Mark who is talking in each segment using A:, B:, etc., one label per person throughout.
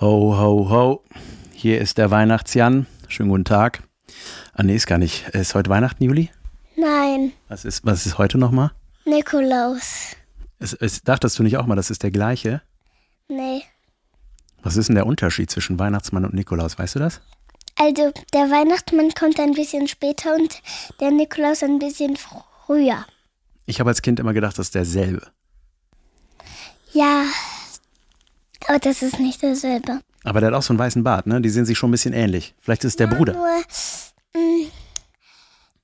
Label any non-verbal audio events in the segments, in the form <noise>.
A: Ho, ho, ho. Hier ist der Weihnachtsjan. Schönen guten Tag. Ah, nee, ist gar nicht. Ist heute Weihnachten, Juli?
B: Nein,
A: Was ist, was ist heute nochmal?
B: Nikolaus.
A: Es, es, dachtest du nicht auch mal, das ist der gleiche?
B: Nee.
A: Was ist denn der Unterschied zwischen Weihnachtsmann und Nikolaus? Weißt du das?
B: Also, der Weihnachtsmann kommt ein bisschen später und der Nikolaus ein bisschen früher.
A: Ich habe als Kind immer gedacht, das ist derselbe.
B: Ja, aber das ist nicht dasselbe.
A: Aber der hat auch so einen weißen Bart, ne? Die sehen sich schon ein bisschen ähnlich. Vielleicht ist es der Bruder.
B: Nur, mm,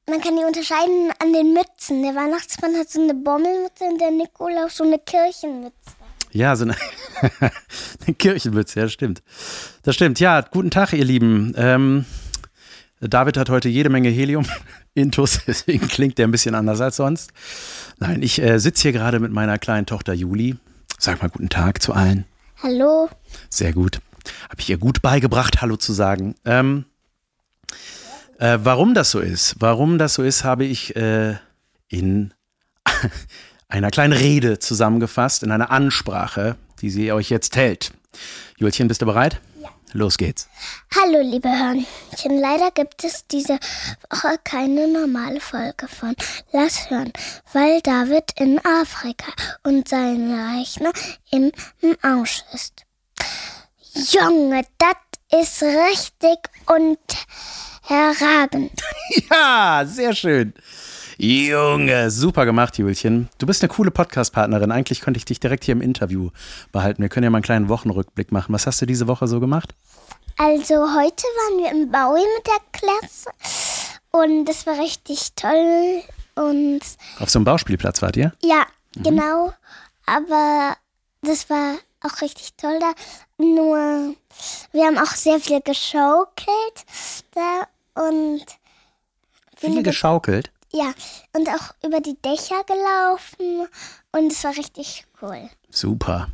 B: man kann die unterscheiden an den Mützen. Der Weihnachtsmann hat so eine Bommelmütze und der Nikolaus so eine Kirchenmütze.
A: Ja, so eine, <laughs> eine Kirchenwitz, ja, stimmt. Das stimmt. Ja, guten Tag, ihr Lieben. Ähm, David hat heute jede Menge Helium <laughs> intus, deswegen klingt der ein bisschen anders als sonst. Nein, ich äh, sitze hier gerade mit meiner kleinen Tochter Juli. Sag mal guten Tag zu allen.
B: Hallo?
A: Sehr gut. Habe ich ihr gut beigebracht, Hallo zu sagen. Ähm, äh, warum das so ist, warum das so ist, habe ich äh, in <laughs> einer kleinen Rede zusammengefasst, in einer Ansprache, die sie euch jetzt hält. Julchen, bist du bereit? Ja. Los geht's. <laughs>
B: Hallo, liebe Hörnchen. Leider gibt es diese Woche keine normale Folge von Lass hören, weil David in Afrika und sein Rechner im Arsch ist. Junge, das ist richtig und herabend.
A: Ja, sehr schön. Junge, super gemacht, Julchen. Du bist eine coole Podcast-Partnerin. Eigentlich könnte ich dich direkt hier im Interview behalten. Wir können ja mal einen kleinen Wochenrückblick machen. Was hast du diese Woche so gemacht?
B: Also heute waren wir im Bowie mit der Klasse und das war richtig toll und
A: Auf so einem Bauspielplatz wart ihr?
B: Ja, genau. Aber das war auch richtig toll da. Nur, wir haben auch sehr viel geschaukelt da und
A: Viel geschaukelt.
B: ja, und auch über die Dächer gelaufen und es war richtig cool.
A: Super.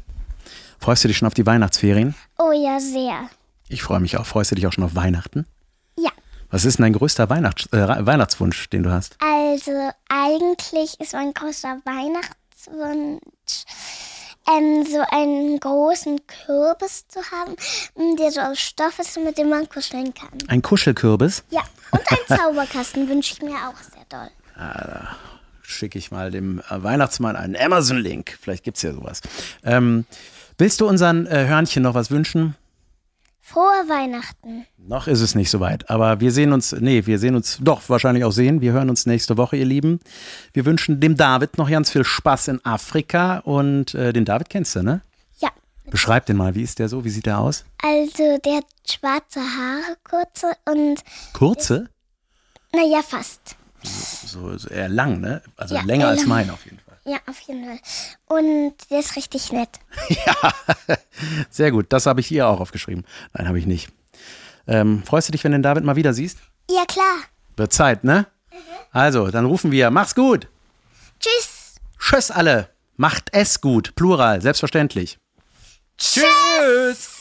A: Freust du dich schon auf die Weihnachtsferien?
B: Oh ja, sehr.
A: Ich freue mich auch. Freust du dich auch schon auf Weihnachten?
B: Ja,
A: Was ist denn dein größter Weihnachts äh, Weihnachtswunsch, den du hast?
B: also eigentlich ist mein großer Weihnachtswunsch, ähm, so einen großen Kürbis zu haben, der so aus Stoff ist, mit dem man kuscheln kann.
A: Ein Kuschelkürbis?
B: Ja, und ein Zauberkasten wünsche ich mir auch sehr doll.
A: Schicke ich mal dem äh, Weihnachtsmann einen Amazon-Link. Vielleicht gibt's ja sowas. Ähm, willst du unseren äh, Hörnchen noch was wünschen?
B: Frohe Weihnachten.
A: Noch ist es nicht soweit, aber wir sehen uns, nee, wir sehen uns doch wahrscheinlich auch sehen. Wir hören uns nächste Woche, ihr Lieben. Wir wünschen dem David noch ganz viel Spaß in Afrika und äh, den David kennst du, ne?
B: Ja,
A: Beschreib den mal, wie ist der so? Wie sieht der aus?
B: also der hat schwarze Haare, kurze und,
A: Kurze?
B: naja, fast.
A: So, so eher lang, ne? Also
B: Ja,
A: länger
B: eher
A: als
B: lang.
A: mein auf jeden Fall.
B: Ja, auf jeden Fall. Und der ist richtig nett.
A: Sehr gut, das habe ich ihr auch aufgeschrieben. Nein, habe ich nicht. Ähm, freust du dich, wenn du den David mal wieder siehst?
B: Ja, klar.
A: Wird Zeit, ne?
B: Mhm.
A: Also, dann rufen wir. Mach's gut.
B: Tschüss.
A: Tschüss alle. Macht es gut. Plural, selbstverständlich. Tschüss.